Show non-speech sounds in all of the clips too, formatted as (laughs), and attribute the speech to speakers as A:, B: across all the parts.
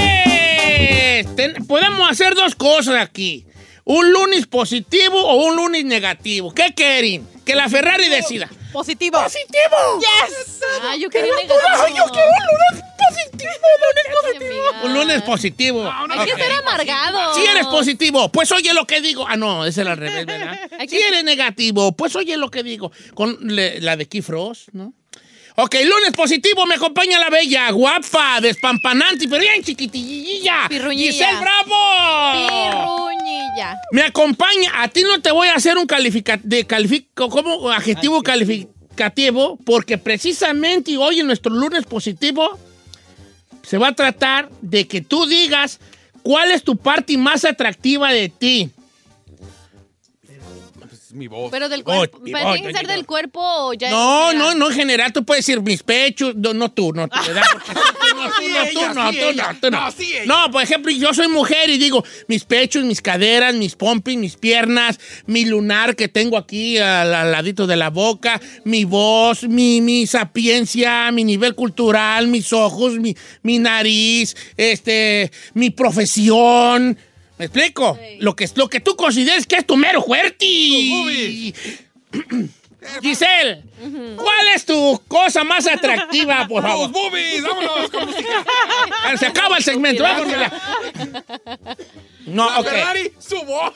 A: Señores, ten- podemos hacer dos cosas aquí. Un lunes positivo o un lunes negativo. ¿Qué quieren? Que la Ferrari decida.
B: Positivo.
A: ¡Positivo!
B: Yes.
C: Ah, yo quería
A: Ay, yo quiero un lunes positivo, un lunes
C: Qué
A: positivo.
C: amiga.
A: Un lunes positivo.
C: Hay que
A: Ok.
C: ser amargado.
A: Si eres positivo, pues oye lo que digo. Ah, no, es el al revés, ¿verdad?
C: (laughs) Hay
A: Si
C: que-
A: eres negativo, pues oye lo que digo. Con le- la de Kifros, ¿no? Ok, lunes positivo, me acompaña la bella, guapa, despampanante, pero bien chiquitilla.
C: Pirruñilla.
A: Giselle Bravo.
C: Pirruñilla.
A: Me acompaña, a ti no te voy a hacer un califica- de califico, como adjetivo calificativo, porque precisamente hoy en nuestro lunes positivo se va a tratar de que tú digas cuál es tu parte más atractiva de ti.
D: mi voz.
C: Pero del
A: Voy,
C: cuerpo.
A: voy,
C: pero ¿Tiene
A: Oh, yo
C: que ser
A: llego.
C: del cuerpo o ya?
A: No,
C: ya-
A: no, no, en general tú puedes decir mis pechos, no, no tú, no tú,
D: (laughs)
A: ¿verdad? Porque tú no, tú no,
D: Sí,
A: tú
D: ella,
A: no,
D: sí,
A: tú no,
D: ella.
A: tú no.
D: No, sí, ella.
A: No, por ejemplo, yo soy mujer y digo mis pechos, mis caderas, mis pompis, mis piernas, mi lunar que tengo aquí al, al ladito de la boca, mi voz, mi, mi sapiencia, mi nivel cultural, mis ojos, mi, mi nariz, este, mi profesión. ¿Me explico? Lo, que, lo que tú consideres que es tu mero fuerte.
D: boobies.
A: Giselle, ¿cuál es tu cosa más atractiva, por favor?
D: ¡Vamos, boobies! ¡Vámonos! con música.
A: Se acaba el segmento, vámonos ya. No, ok.
D: Ferrari, su voz.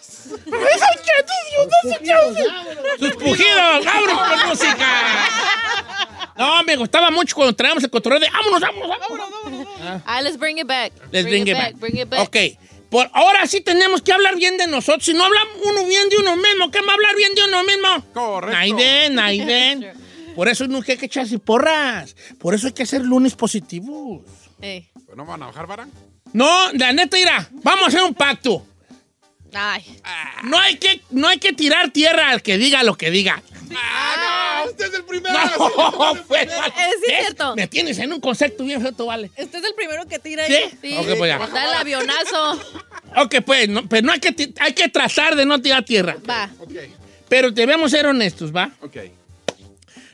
A: Sus pujidos, vámonos con música. No, me gustaba mucho cuando traíamos el control de vámonos, vámonos, vámonos.
C: Ah, let's bring it back.
A: Les bring it back.
C: Bring it back.
A: Ok. Por ahora sí tenemos que hablar bien de nosotros. Si no hablamos uno bien de uno mismo, ¿qué va a hablar bien de uno mismo?
D: Correcto.
A: Naiden,
C: (laughs)
A: Naiden. Por eso nunca hay que echarse porras. Por eso hay que hacer lunes positivos.
C: Ey.
D: ¿No van a bajar, Vara?
A: No, la neta irá. Vamos a hacer un pacto.
C: Ay.
A: No hay que, no hay que tirar tierra al que diga lo que diga.
D: ¡Ah, no! ¡Usted es el primero!
A: No, (laughs) pues,
C: Eh, es
A: ¿ves?
C: cierto.
A: Me tienes en un concepto bien feo, vale.
B: Este es el primero que tira.
A: ¿Sí?
C: Sí.
A: Ok, pues ya.
C: Da el avionazo.
A: Ok, pues, no, pero no hay que, ti- hay que tratar de no tirar tierra.
C: Va.
D: (laughs) Ok,
A: Pero debemos ser honestos, ¿va?
D: ok.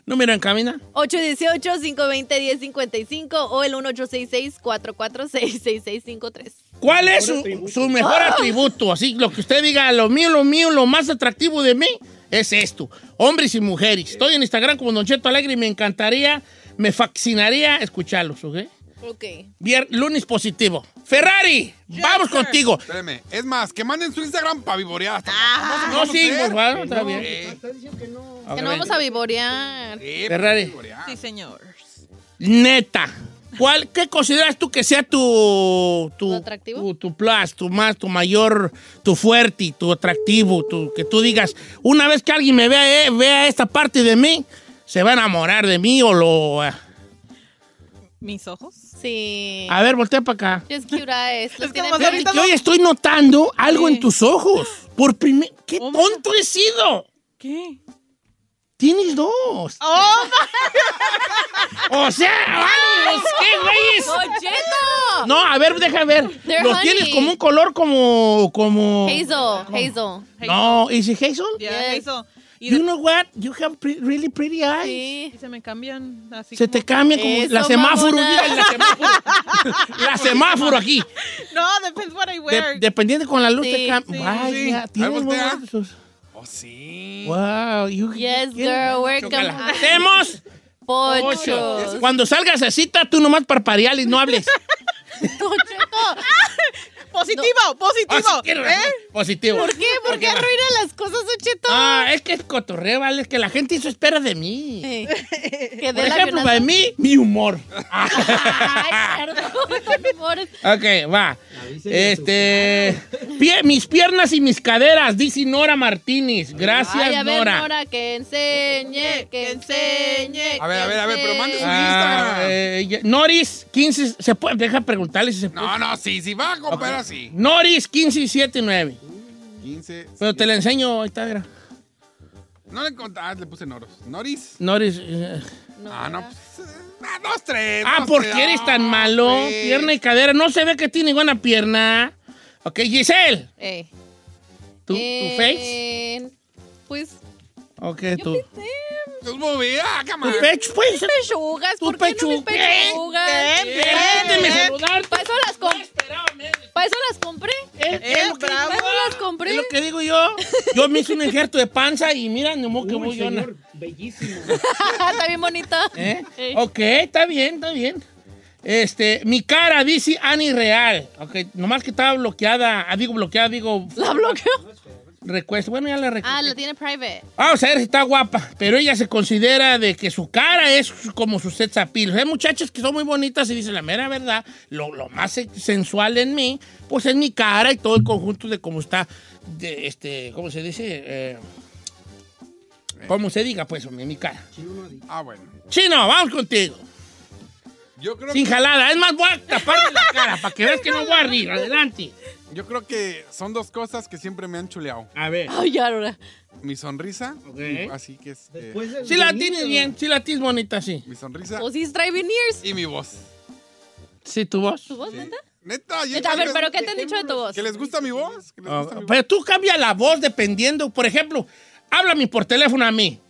A: Número en camina.
C: 818-520-1055 o el 1866-446-6653.
A: ¿Cuál es su, su mejor atributo? Así, lo que usted diga, lo mío, lo mío, lo más atractivo de mí es esto. Hombres y mujeres. Estoy en Instagram como Don Cheto Alegre y me encantaría, me fascinaría escucharlos, ¿ok?
C: Ok.
A: Vier- lunes positivo. Ferrari, vamos contigo.
D: Espérame. Es más, que manden su Instagram para vivorear. Hasta
A: No,
D: vamos ¿eh? a
A: sí, pues,
D: hacer?
A: por favor, está bien. Ok,
C: Que no vamos a vivorear.
D: Sí,
A: Ferrari.
D: para vivorear.
B: Sí, señor.
A: Neta. ¿Cuál, ¿Qué consideras tú que sea tu... Tu
C: ¿Tu atractivo?
A: Tu, tu plus, tu más, tu mayor, tu fuerte, tu atractivo, tu, que tú digas, una vez que alguien me vea, eh, vea esta parte de mí, se va a enamorar de mí o lo... eh.
B: Mis ojos.
C: Sí.
A: A ver, voltea para acá.
C: Just cute eyes. Los
B: que
C: tiene
B: nomás
C: bien-
A: Fíjate que hoy estoy notando algo en tus ojos. Por primer... ¡Qué
B: Oh, my God.
A: tonto he sido!
B: ¿Qué?
A: Tienes dos.
B: ¡Oh,
A: (laughs) O sea, ¡ánimos! ¡Qué güeyes!
C: ¡Don Cheto!
A: No, a ver, deja ver.
C: They're
A: Los
C: honey.
A: tienes como un color como. como...
C: Hazel, Hazel.
A: No, ¿y si Hazel?
B: Ya,
C: Yes.
B: eso. Y,
A: You know what? You have pre- really pretty eyes.
C: Sí.
B: y se me cambian así
A: Se te
B: como-
A: cambia como
C: Eso,
A: la semáforo.
C: mamona.
A: mira, la semáforo. la semáforo aquí.
B: No, depends what I
A: De-
B: wear.
A: dependiendo con la luz
C: Sí,
A: te cambia.
B: sí,
A: Vaya,
D: sí.
A: tienes
D: Ahí
A: muy
D: voltea.
A: buenos ojos.
D: Oh, sí.
A: Wow. You
C: Yes,
A: ¿Quién?
C: girl, we're
A: Chócala.
C: com-
A: Hacemos
C: Pochos.
A: Cuando salgas a cita, tú nomás parpadeales, no
C: (laughs)
A: hables.
C: Don Cheto,
B: Positivo,
A: Ah,
B: positivo.
A: sí, tienes razón.
B: ¿Eh?
A: Positivo.
C: ¿Por qué? ¿Por qué arruina las cosas, Don Cheto?
A: Ah, es que es cotorreo, vale, es que la gente eso espera de mí.
C: Eh, Que
A: Por
C: dé la
A: ejemplo,
C: guionazo.
A: para mí, mi humor.
C: (laughs) Ay, perdón, (laughs) por favor.
A: ok, va. Este. pie- mis piernas y mis caderas, dice Nora Martínez. Gracias,
C: Ay, a ver,
A: Nora.
C: Nora, que enseñe, que enseñe.
D: A ver, a ver, a ver, pero mande su-
A: Ah,
D: Instagram.
A: eh, ya- Noris 15. ¿se puede? Deja preguntarle si se puede.
D: No, no, sí, sí, va a comprar así.
A: Noris 15779.
D: 15.
A: Pero te la enseño, ahí está, mira.
D: No le conté. Ah, le puse Noros. Noris.
A: Noris. eh,
D: Ah, no, pues. eh, ah, dos, tres.
A: Ah,
D: dos,
A: ¿por
D: tres.
A: qué eres tan
D: Ah,
A: malo?
D: pues.
A: Pierna y cadera. No se ve que tiene buena pierna. Ok, Giselle.
C: Eh,
A: ¿Tu, tu
C: eh,
A: face?
C: Pues, eh,
A: Ok,
C: yo Eh,
A: tu,
C: pensé,
D: Tus movidas,
A: tu
D: cámara.
A: pecho, pues.
C: pechugas,
A: Tu
C: ¿por qué no mis
A: pechu- ¿Qué?
C: pechugas?
B: ¿Qué?
A: Permíteme
B: eh,
A: saludarte.
C: Para eso las
A: No
C: compré.
A: esperaba menos.
C: Para eso las compré.
A: Es-
B: Eh,
A: es lo que-
B: bravo.
C: Para eso las compré.
A: Es lo que digo yo. Yo me hice un injerto de panza y mira, no modo que voy yo. na-
C: (laughs) Está bien bonita.
A: ¿Eh?
C: Eh.
A: Ok, está bien, está bien. Este, mi cara dice Ani Real. Ok, nomás que estaba bloqueada. Ah, digo bloqueada, digo.
C: La bloqueó.
A: Request. Bueno, ya la requesté.
C: Ah, la tiene private.
A: Vamos a ver si está guapa, pero ella se considera de que su cara es como su sex appeal. Hay muchachas que son muy bonitas y dicen la mera verdad, lo, lo más se- sensual en mí, pues es mi cara y todo el conjunto de cómo está, de este, ¿cómo se dice? Eh, ¿Cómo se diga? Pues, hombre, mi cara.
D: Ah, bueno.
A: Chino, vamos contigo.
D: Yo creo,
A: Sin
D: que,
A: jalada. Es más, voy a taparme la cara para que veas que no voy a rir. Adelante.
D: yo creo que son dos cosas que siempre me han chuleado.
A: A ver.
C: Ay, ya, Nora.
D: Mi sonrisa.
A: Ok.
D: Así que es. eh,
A: Si la tienes bien, si la tienes bonita, sí.
D: mi sonrisa
A: Pues-
C: O si es driving ears.
D: y mi voz.
A: Sí, tu voz.
C: ¿Tu voz, neta?
D: Neta, ya
C: A ver, ¿pero qué te han dicho de tu voz?
D: ¿Que les gusta mi voz? ¿Que les
A: Ah,
D: gusta mi voz?
A: Pero tú cambias la voz dependiendo. Por ejemplo, háblame por teléfono a mí.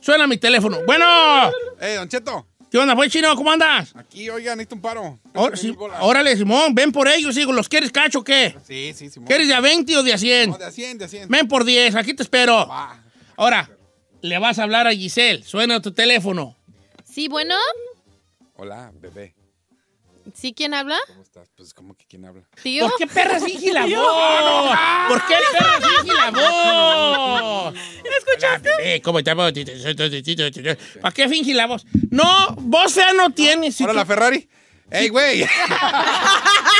A: Suena mi teléfono. Bueno,
D: Eh, Don Cheto,
A: ¿qué onda? Buen chino, ¿cómo andas?
D: aquí, oigan, necesito un paro.
A: Ahora- sí, Órale, Simón, ven por ellos, hijo. ¿Los quieres cacho o qué?
D: Sí, sí, Simón.
A: ¿Quieres de a 20 o de a 100?
D: No, de a 100, de Ah. a 100.
A: Ven por 10, aquí te espero.
D: Va.
A: Ahora, le vas a hablar a Giselle. Suena tu teléfono.
C: Sí, bueno.
D: Hola, bebé.
C: ¿Sí quién habla?
D: ¿Cómo estás? Pues, ¿cómo que quién habla?
C: ¿Tío?
A: ¿Por qué perra finge la voz? ¿Por qué perra finge la voz? escuchaste? ¿Cómo estamos? ¿Para qué finge la voz? No, voz fea no tienes. Si,
D: Ahora
A: tu-
D: la Ferrari. ¡Ey, güey! (laughs)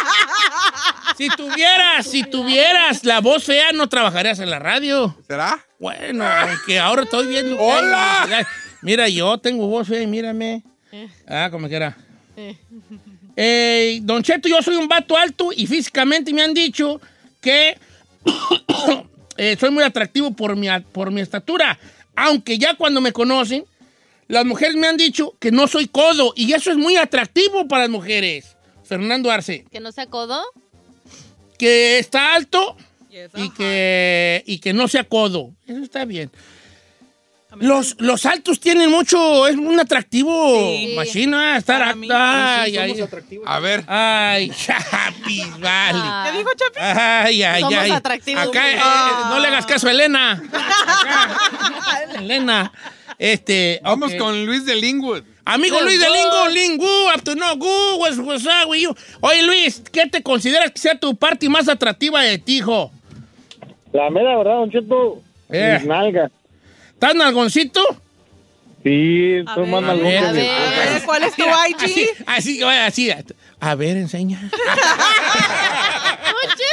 A: si tuvieras, si tuvieras la voz fea, no trabajarías en la radio.
D: ¿Será?
A: Bueno, que ahora estoy viendo. que hay
D: ¡Hola!
A: necesidad. Mira, yo tengo voz fea y mírame. Ah, como que era. Eh, don Cheto, yo soy un vato alto y físicamente me han dicho que (coughs) eh, soy muy atractivo por mi, por mi estatura. Aunque ya cuando me conocen, las mujeres me han dicho que no soy codo y eso es muy atractivo para las mujeres. Fernando Arce,
C: ¿Que no se acodó?
A: que está alto
B: Yes,
A: y
B: ajá.
A: que, y que no sea codo. Eso está bien. Los, los altos tienen mucho, es un atractivo.
B: Sí.
A: Machina, estar
B: Para mí.
A: alto. Ay, ay,
D: A ver.
A: Ah, ay, (laughs) chapis, vale.
C: Ah.
B: ¿Qué dijo Chapi?
A: Ay, ay,
C: Somos
A: ay.
C: atractivos.
A: Acá, eh, eh, no le hagas caso a Elena.
C: (laughs)
A: Acá. Elena. Este,
D: Vamos
A: ok.
D: con Luis de Lingwood.
A: Amigo Luis de Lingo, Lingu, up to no gu, what's- what's up with you? Oye, Luis, ¿qué te consideras que sea tu parte más atractiva de ti, hijo?
E: La mera verdad, Don Cheto,
A: Eh.
E: mis nalgas.
A: ¿Estás nalgoncito?
E: Sí,
B: A
E: tú
B: ver.
E: mandas
A: A ver,
E: algún
C: a
E: que me-
C: ver.
B: A ver, ¿Cuál es tu
A: Así,
B: IG?
A: así, oye, así. A ver, enseña.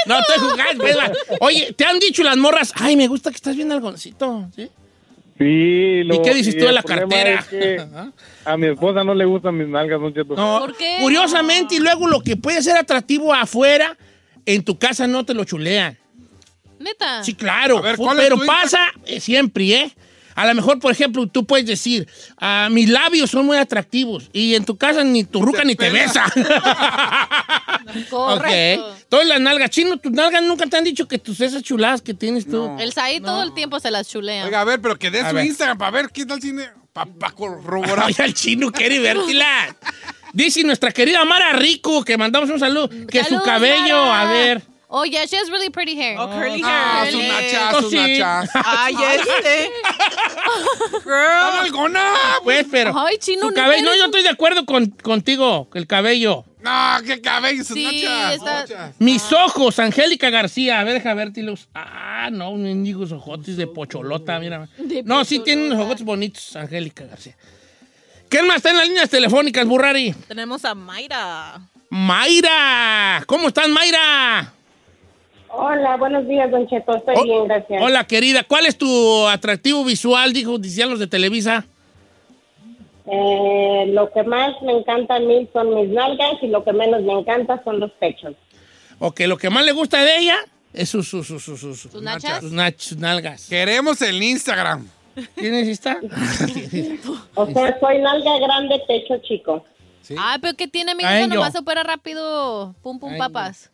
A: No, te jugás, pues, va. Oye, te han dicho las morras, ay, me gusta que estás bien nalgoncito, ¿sí?
E: Sí,
A: ¿Y
E: lo-
A: qué dices tú de
E: el
A: la
E: problema
A: cartera? ¿Ah?
E: es
A: (laughs)
E: que a mi esposa no le gustan mis nalgas, Don Cheto.
A: No,
C: ¿Por qué?
A: Curiosamente, y luego lo que puede ser atractivo afuera, en tu casa no te lo chulean.
C: ¿Neta?
A: Sí, claro.
D: A ver,
A: fu-
D: ¿cuál es
A: pero
D: tu Instagram?
A: pasa eh, siempre, ¿eh? A lo mejor, por ejemplo, tú puedes decir, ah, mis labios son muy atractivos y en tu casa ni tu ruca ni te
D: pela.
A: besa.
D: (laughs)
C: Correcto.
A: Ok. Todas las nalgas. Chino, tus nalgas nunca te han dicho que tus esas chuladas que tienes tú. (laughs)
D: No.
C: El Saí todo el tiempo se las chulea.
D: Oiga, a ver, pero que dé
A: A
D: su
A: ver.
D: Instagram para ver qué tal cine. Para corroborar.
A: Ay, al chino quiere
C: (laughs)
A: vértila. Dice nuestra querida Mara Rico, que mandamos un saludo, que su
C: Saludos,
A: cabello,
C: Sara.
A: a ver.
C: Oh, yeah, she has really pretty Oh, hair.
B: Oh, curly
D: (laughs) Ah,
B: hair.
D: sus
A: Dale. (laughs)
D: nachas, sus
A: Sí.
D: nachas.
B: Ay, este. Girl.
D: ¡Nalgona!
A: Pues, pero.
C: Ah, Ay, chino,
A: tu
C: no
A: cabello. No,
C: eres
A: yo
C: un-
A: estoy de acuerdo con, contigo, el cabello.
D: No, qué cabello,
C: Sí,
D: nochas.
C: está-
D: nochas.
A: Mis
C: Ah.
A: ojos, Angélica García. A ver, deja ver, Tilos. Ah, no, mendigos ojotes de pocholota, mira.
C: De
A: no, sí
C: pocholota.
A: tiene unos ojotes bonitos, Angélica García. ¿Quién más está en las líneas telefónicas, Burrari?
B: Tenemos a Mayra.
A: Mayra. ¿Cómo estás, Mayra?
F: Hola, buenos días, Don Cheto. Estoy
A: Oh,
F: bien, gracias.
A: Hola, querida. ¿Cuál es tu atractivo visual? Dijo, decían los de Televisa.
F: Eh, lo que más me encanta a mí son mis nalgas y lo que menos me encanta son los pechos.
A: O que lo que más le gusta de ella es sus, sus, sus, sus, sus,
C: ¿Sus nachas?
A: sus nach- sus nalgas.
D: Queremos el Instagram.
A: ¿Tienes
C: (laughs)
A: esta?
F: O sea, soy nalga grande, pecho chico.
C: Ah, pero ¿qué tiene, mi
A: Ay,
C: hija?
A: yo.
C: Nomás opera rápido. Pum, pum,
A: Ay,
C: papas.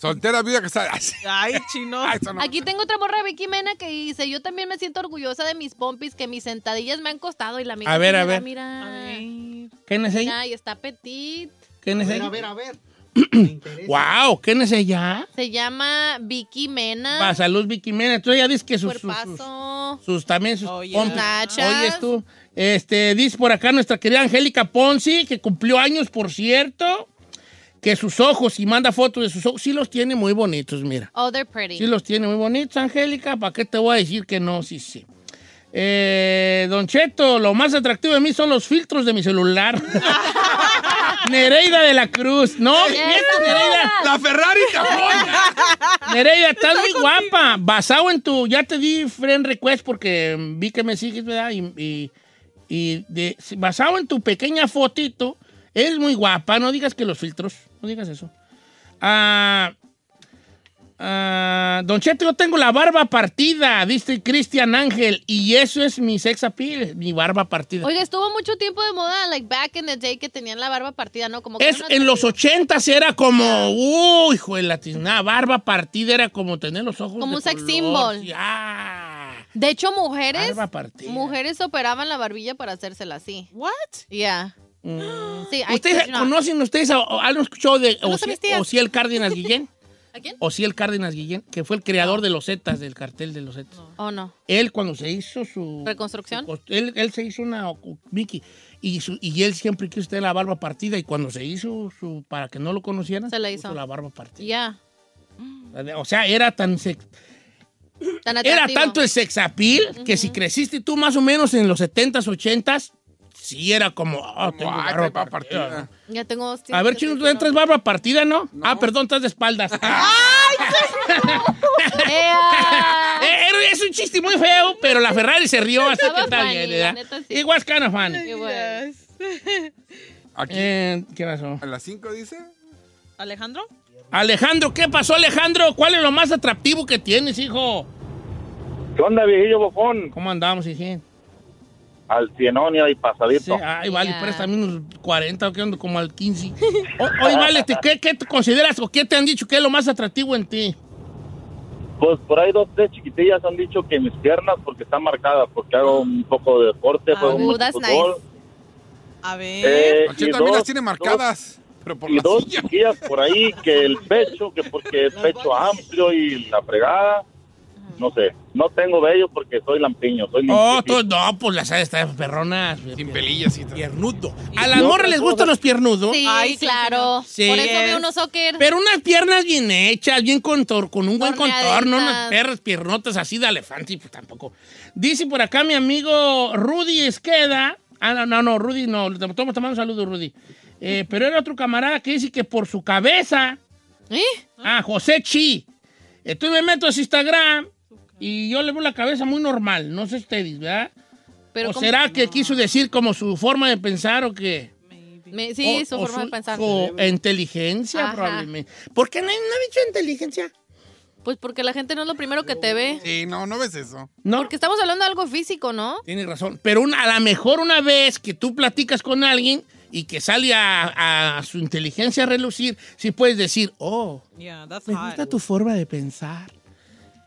D: Soltera viuda que (laughs) ah, está.
B: Ay, chino.
C: Aquí tengo otra morra, Vicky Mena, que dice, yo también me siento orgullosa de mis pompis, que mis sentadillas me han costado. Y la amiga
A: A ver,
C: sí
A: a
C: me da,
A: ver.
B: A
C: Mira,
B: ver.
A: ¿Quién es ella?
C: Ay, está petit.
A: ¿Quién es ella?
G: A ver, a ver.
A: (clears throat)
G: Me interesa.
A: ¡Wow! ¿Quién es ella?
C: Se llama Vicky
A: Para
C: Mena.
A: salud, Vicky Mena. Entonces ella dice que sus, sus, sus,
C: Cuerpazo.
A: sus- también sus
B: Oh, yeah.
A: pompis.
C: Nachas.
A: Oyes tú. Este, dice por acá nuestra querida Angélica Ponzi, que cumplió años, por cierto, que sus ojos, y manda fotos de sus ojos, sí los tiene muy bonitos, mira.
C: Oh, they're pretty.
A: Sí los tiene muy bonitos, Angélica. ¿Para qué te voy a decir que no? Sí, sí. Eh, don Cheto, lo más atractivo de mí son los filtros de mi celular. Nereida de la Cruz. No, miento, Nereida.
D: La
C: (laughs)
D: Ferrari te apoya.
A: Nereida, estás muy guapa. Basado en tu. Ya te di friend request porque mm, vi que me sigues, ¿verdad? Y, y- y de- si- basado en tu pequeña fotito, eres muy guapa. No digas que los filtros. No digas eso. Ah. ah, don Cheto, yo tengo la barba partida, dice Cristian Ángel, y eso es mi sex appeal, mi barba partida.
C: Oiga, estuvo mucho tiempo de moda, like back in the day, que tenían la barba partida, ¿no? Como que
A: Es,
C: era una-
A: en los ochentas era como, uy, hijo de la tiznada, barba partida era como tener los ojos
C: Como
A: de
C: un sex
A: color,
C: symbol.
A: sí, ah.
C: De hecho, mujeres,
A: Barba partida.
C: mujeres operaban la barbilla para hacérsela así.
B: What?
C: Yeah.
A: Mm.
C: Sí, I kid
A: ¿Ustedes
C: you not.
A: conocen ustedes a, a- han escuchado de
C: pues, ¿No son mis tías?
A: Ociel Cárdenas Guillén?
C: (laughs) ¿A quién?
A: Ociel Cárdenas Guillén, que fue el creador de los Zetas, del cartel de los Zetas.
C: Oh, no.
A: Él cuando se hizo su...
C: ¿Reconstrucción?
A: su cost- él, él se hizo una o- Mickey y, su- y él siempre quiso tener la barba partida y cuando se hizo su... para que no lo conocieran,
C: Se la
A: puso
C: hizo.
A: la barba partida.
C: Yeah.
A: O sea, era tan... sex-
C: Tan
A: Era
C: atractivo.
A: tanto el sex appeal que si creciste tú más o menos en los 70s, 80s, sí era como... ah, tengo
D: ay,
A: barba
D: barba partida.
A: partida.
C: Ya tengo dos tías
A: A ver,
C: que
A: Chino,
C: sí
A: tú
C: que
A: entras barba partida, ¿no? Ah, perdón, estás de
C: (laughs)
A: espaldas. Ah.
C: no.
A: (laughs)
C: Ea.
A: Eh, era- es un chiste muy feo, pero la Ferrari se rió, así que
C: Estaba
A: está
C: funny,
A: bien,
C: la
A: ¿verdad?
C: neta sí.
A: Igual kind of funny.
C: Qué bueno.
D: Aquí.
A: Eh, ¿Qué pasó?
D: A las 5 dice.
B: ¿Alejandro?
A: Alejandro, ¿qué pasó, Alejandro? ¿Cuál es lo más atractivo que tienes, hijo?
E: ¿Qué onda, viejillo bofón?
A: ¿Cómo andamos, hijín?
E: Al cienonio y
A: Sí, ah.
E: pasadito.
A: ay, vale,
C: Ya.
A: préstame unos 40, o ¿qué onda? Como al
C: (laughs)
A: 15. O- Oye, vale, te- ¿qué, ¿qué te consideras o qué te han dicho que es lo más atractivo en ti?
E: Pues por ahí dos, tres chiquitillas han dicho que mis piernas porque están marcadas, porque hago un poco de deporte,
B: Ah,
E: juego
C: uh,
E: mucho
C: that's
E: fútbol.
B: A ver.
E: Eh, y
D: Ochenta mil las
E: dos-
D: tiene
E: dos-
D: marcadas. Pero por
E: y
D: la
E: dos
D: silla.
E: chiquillas por ahí que el pecho, que porque el pecho amplio y la fregada, no sé. No tengo vello porque soy lampiño, soy
A: Oh,
E: limpiecito.
A: tú- no, pues las estas perronas.
D: Sin pelillas y todo.
A: eh, Piernudo. A las morras les gustan los piernudos.
C: pues, Sí,
B: Ay, sí,
C: claro.
A: sí, no.
C: Por
A: Sí.
C: eso veo unos soccer.
A: Pero unas piernas bien hechas, bien contor, con un buen
C: Torneaditas.
A: contorno, unas perras piernotas así de elefante, pues tampoco. Dice por acá mi amigo Rudy Esqueda. Ah, no, no, no, Rudy no. Le tomo tomando un saludo, Rudy. Eh, pero era otro camarada que dice que por su cabeza.
C: ¿Eh?
A: Ah, José Chi. Entonces me meto a su Instagram y yo le veo la cabeza muy normal. No sé ustedes, ¿verdad?
C: Pero
A: ¿O
C: ¿cómo?
A: será que quiso decir como su forma de pensar o qué?
C: Me- sí,
A: O-
C: su
A: o
C: forma de pensar.
A: o inteligencia,
C: Ajá.
A: probablemente. ¿Por qué nadie no ha dicho inteligencia?
C: Pues porque la gente no es lo primero que te ve.
D: Sí, no, no ves eso.
A: No.
C: Porque estamos hablando de algo físico, ¿no?
A: Tienes razón. Pero una- a lo mejor una vez que tú platicas con alguien y que sale a, a su inteligencia a relucir, sí puedes decir, oh,
B: Yeah, that's
A: me
B: hot.
A: gusta tu forma de pensar.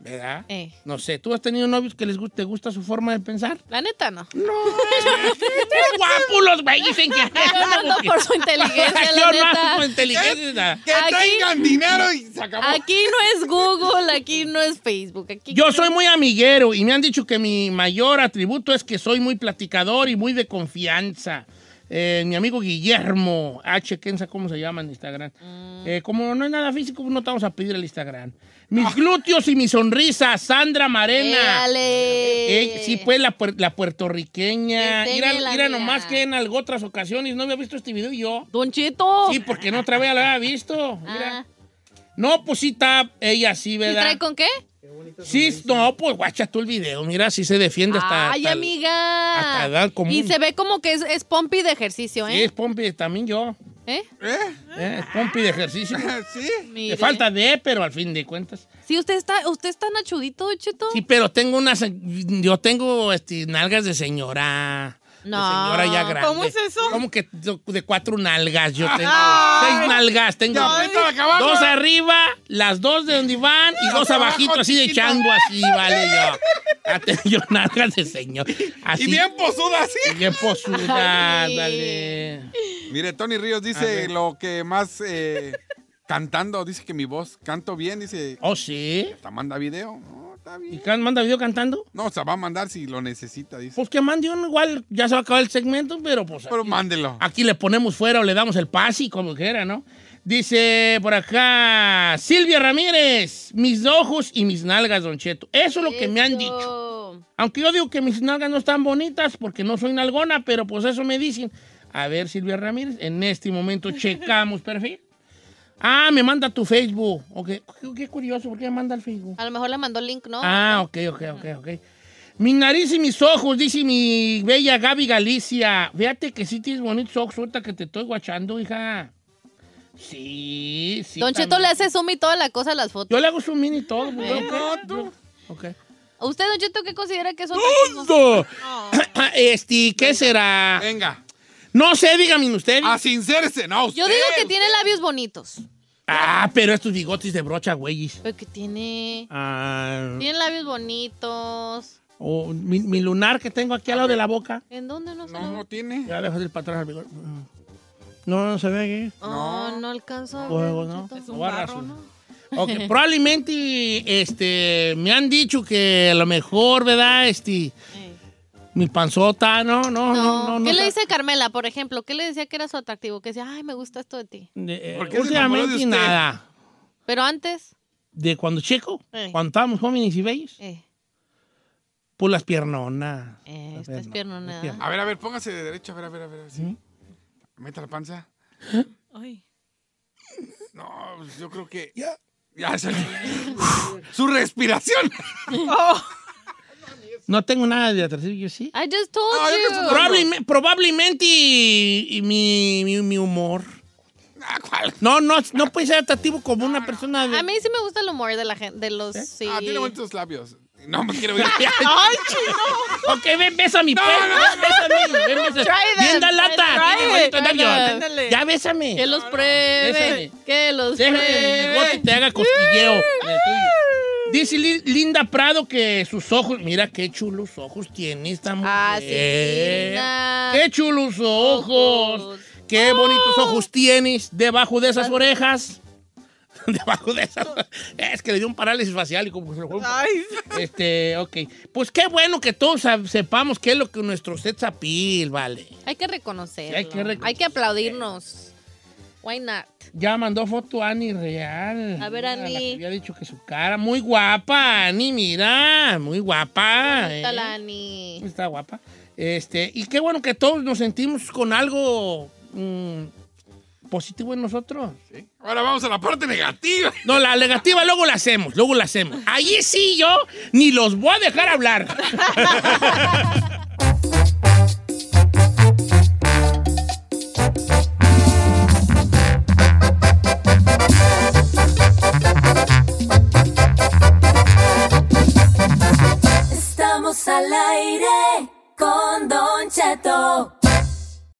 A: ¿Verdad?
C: Eh.
A: No sé, ¿tú has tenido novios que les gusta, te gusta su forma de pensar?
C: La neta, (laughs) no.
A: No, (laughs) qué guapos los güeyes dicen que
C: (laughs) Yo no ando por su inteligencia, (laughs) la
A: (laughs) Yo no ando por
C: neta.
A: inteligencia. nada.
D: Que
C: Aquí-
D: traigan dinero y se acabó.
C: Aquí no es Google, aquí no es Facebook. Aquí
A: Yo soy muy amiguero y me han dicho que mi mayor atributo es que soy muy platicador y muy de confianza. Eh, mi amigo Guillermo H. Kenza, ¿cómo se llama en Instagram?
C: Mm.
A: Eh, como no es nada físico, pues no te vamos a pedir el Instagram. Mis glúteos y mi sonrisa, Sandra Marena.
C: Dale.
A: Eh, sí, pues la, puer- la puertorriqueña. Mira,
C: Enséñela,
A: mira
C: mira.
A: nomás que en algo otras ocasiones no había visto este video y yo.
C: Don Cheto.
A: Sí, porque no otra vez la había visto. Mira.
C: Oh. Ah,
A: No, pues sí está ella sí,
C: ¿Y
A: ¿verdad?
C: trae con qué?
A: Sí, no, pues guacha tú el video. Mira, si se defiende hasta.
C: Ay,
A: hasta-
C: amiga.
A: hasta edad común.
C: Y se ve como que es, es pompi de ejercicio,
A: Sí,
C: ¿eh?
A: es pompi, también yo.
C: ¿Eh?
D: ¿Eh? (laughs)
A: ¿eh? Es pompi de
C: (laughs)
A: ejercicio.
D: ¿Sí?
C: Mire.
A: Le falta de, pero al fin de cuentas.
C: Sí, usted está, usted está nachudito, Don Cheto.
A: Sí, pero tengo unas. Yo tengo este, nalgas de señora. de
C: No.
A: señora ya grande.
B: ¿Cómo es eso?
A: Como que de cuatro nalgas yo tengo.
B: Ay.
A: Seis nalgas tengo.
D: Ya, apriétala acá abajo.
A: Dos arriba, las dos de donde van y dos
D: Hacia abajo,
A: abajito, así de
D: chiquito.
A: chango, así, vale yo. Ya tengo yo nalgas de señor. Así.
D: Y bien posuda, sí.
A: Y bien posuda,
C: Ay.
A: dale.
D: Mire, Tony Ríos
A: A
D: dice
A: ver.
D: lo que más eh, cantando, dice que mi voz canto bien, dice,
A: Oh, sí.
D: hasta manda video. No, está
A: ¿Y
D: bien.
A: can- manda video cantando?
D: No, se va a mandar si lo necesita, dice.
A: Pues que mande uno, igual ya se va a acabar el segmento, pero pues.
D: Pero
A: aquí-
D: mándelo.
C: Ah,
A: Aquí le ponemos fuera o le damos el pase, como quiera, ¿no? Dice por acá, Silvia Ramírez, mis ojos y mis nalgas, Don Cheto. Eso es lo que me han dicho.
C: dicho.
A: Aunque yo digo que mis nalgas no están bonitas porque no soy nalgona, pero pues eso me dicen. A ver, Silvia Ramírez, en este momento checamos perfil. Ah, me manda tu Facebook. Ok, Qué- qué curioso, ¿por qué me manda el Facebook?
C: A lo mejor le mandó link, ¿no?
A: Ah, ok, ok, ok, ok. Mi nariz y mis ojos, dice mi bella Gaby Galicia. Fíjate que sí tienes bonitos ojos, suelta que te estoy guachando, hija. Sí, sí.
C: Don Cheto
A: también.
C: le hace zoom y toda la cosa a las fotos.
A: Yo le hago su mini todo. pues, ok, ok.
C: ¿Usted, Don Cheto, qué considera que son?
A: Todo. (coughs) Este, ¿qué será?
D: Venga, Ah,
A: No sé, díganme ustedes.
D: a sincerse. No, usted.
C: Yo digo que tiene labios bonitos.
A: Ah, pero estos bigotes de brocha, güeyes.
C: Pero que tiene.
A: Ah,
C: Tiene labios bonitos.
A: oh, mi, mi lunar que tengo aquí al lado de la boca.
C: ¿En dónde no sé?
D: No, no tiene.
A: Ya dejo de ir para atrás al bigote. No, no se ve ¿eh? aquí.
C: Oh, no alcanzo a ver.
A: Juego,
C: Don
A: ¿no?
C: Cheto.
A: Lo voy a razonar. (laughs) Ok, probablemente este, me han dicho que a lo mejor, ¿verdad? Este, mi panzota, no, no, no, no. no,
C: ¿Qué
A: o
C: le
A: sea,
C: dice Carmela, por ejemplo? ¿Qué le decía que era su atractivo? Que decía, ay, me gusta esto de ti.
A: de- eh,
D: ¿Por qué se
A: últimamente
D: enamoró de usted?
A: nada.
C: Pero antes,
A: De cuando checo,
C: Eh.
A: cuando estábamos jóvenes y bellos,
C: eh,
A: pues las piernonas.
C: eh,
A: Las
C: esta
A: piernas,
C: es
A: las
C: piernonada.
A: piernas.
D: A ver, a ver, póngase de derecho. A ver, a ver, a ver. Sí. Meta la panza.
B: Ay.
D: No, pues, yo creo que. Ya. Ya (laughs) se- Su respiración.
A: No tengo nada de atractivo, yo sí.
C: I just told
D: Ah, yo que
C: you.
D: su-
A: Probableme- probablemente y, y mi, mi- mi humor.
D: Ah,
A: No, no, no puede ser atractivo como una persona de...
C: A mí sí me gusta el humor de la gente, de los, sí.
D: Ah, tiene bonitos labios. No, me quiero ver. (laughs)
A: ¡Ay, chino! Ok, ven, bésame. No, no, bésame. Ven, bésame.
C: Try them,
A: Bien da
C: try
A: lata.
C: them.
A: Tiene bonito
C: Try
A: labio.
C: them.
B: Ándale.
A: Ya bésame.
C: Que los pruebe.
A: Déjame.
C: Que los
A: Deja que el bigote
C: pruebe.
A: te haga cosquilleo. en el tuyo. Dice Li- Linda Prado que sus ojos... Mira qué chulos ojos tiene esta mujer.
C: Ah, sí, linda.
A: Qué chulos ojos.
C: Ojos.
A: Qué bonitos ojos tienes debajo de esas orejas. debajo de esas... Es que le dio un parálisis facial y como que se lo fue un
B: Ay.
A: este, ok. Pues qué bueno que todos sab- sepamos qué es lo que nuestro set appeal, vale.
C: Hay que reconocerlo.
A: Hay que reconocer.
C: Hay que aplaudirnos. Why not?
A: Ya mandó foto Ani Real.
C: A ver,
A: Mira, la
C: Ani.
A: que había dicho que su cara. Muy guapa, Ani, mira. Muy guapa. ¿eh?
C: Talani.
A: Está guapa. Este, y qué bueno que todos nos sentimos con algo mm, positivo en nosotros.
D: Ahora vamos a la parte negativa.
A: No, la negativa luego la hacemos, luego la hacemos. Allí sí yo ni los voy a dejar hablar.
H: Estamos al aire con Don Cheto.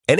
I: En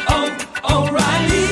H: oh, O'Reilly.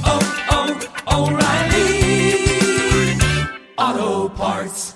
H: oh, oh, O'Reilly. Auto Parts.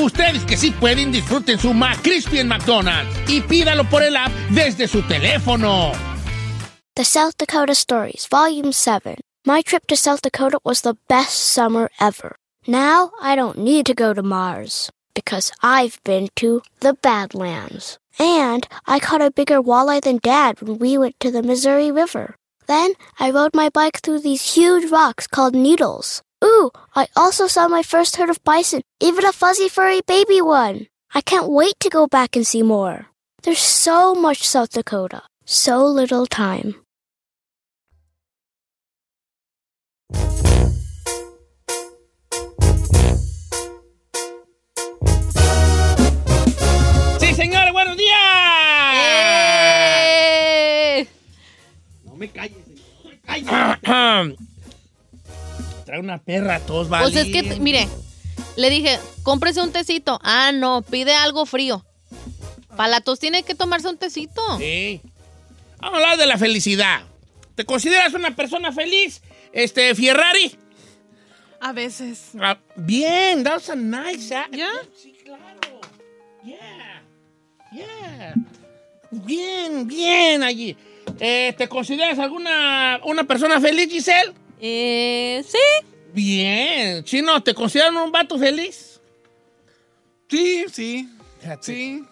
A: Ustedes que sí pueden, disfruten su McCrispy en McDonald's y pídalo por el app desde su teléfono.
J: The South Dakota Stories, Volume 7. My trip to South Dakota was the best summer ever. Now I don't need to go to Mars because I've been to the Badlands. And I caught a bigger walleye than Dad when we went to the Missouri River. Then I rode my bike through these huge rocks called needles. Ooh, I also saw my first herd of bison, even a fuzzy furry baby one. I can't wait to go back and see more. There's so much South Dakota, so little time.
A: ¡Sí, señores! ¡Buenos días!
C: Eh.
A: Ah.
G: No me calles, señor. No me calles.
A: Trae una perra tos, vale.
C: Pues es que, t- mire, le dije, cómprese un tecito. Ah, no, pide algo frío. Para la tos tiene que tomarse un tecito.
A: Sí. Vamos a hablar de la felicidad. ¿Te consideras una persona feliz? Este, Ferrari.
B: A veces.
A: Ah, bien, that was a nice. a-
B: ¿Ya?
A: Sí, claro. Yeah. Yeah. Bien, bien allí. Eh, ¿Te consideras alguna una persona feliz, Giselle?
C: Eh, sí.
A: Bien. Chino, ¿te consideran un vato feliz?
D: Sí, sí. Sí.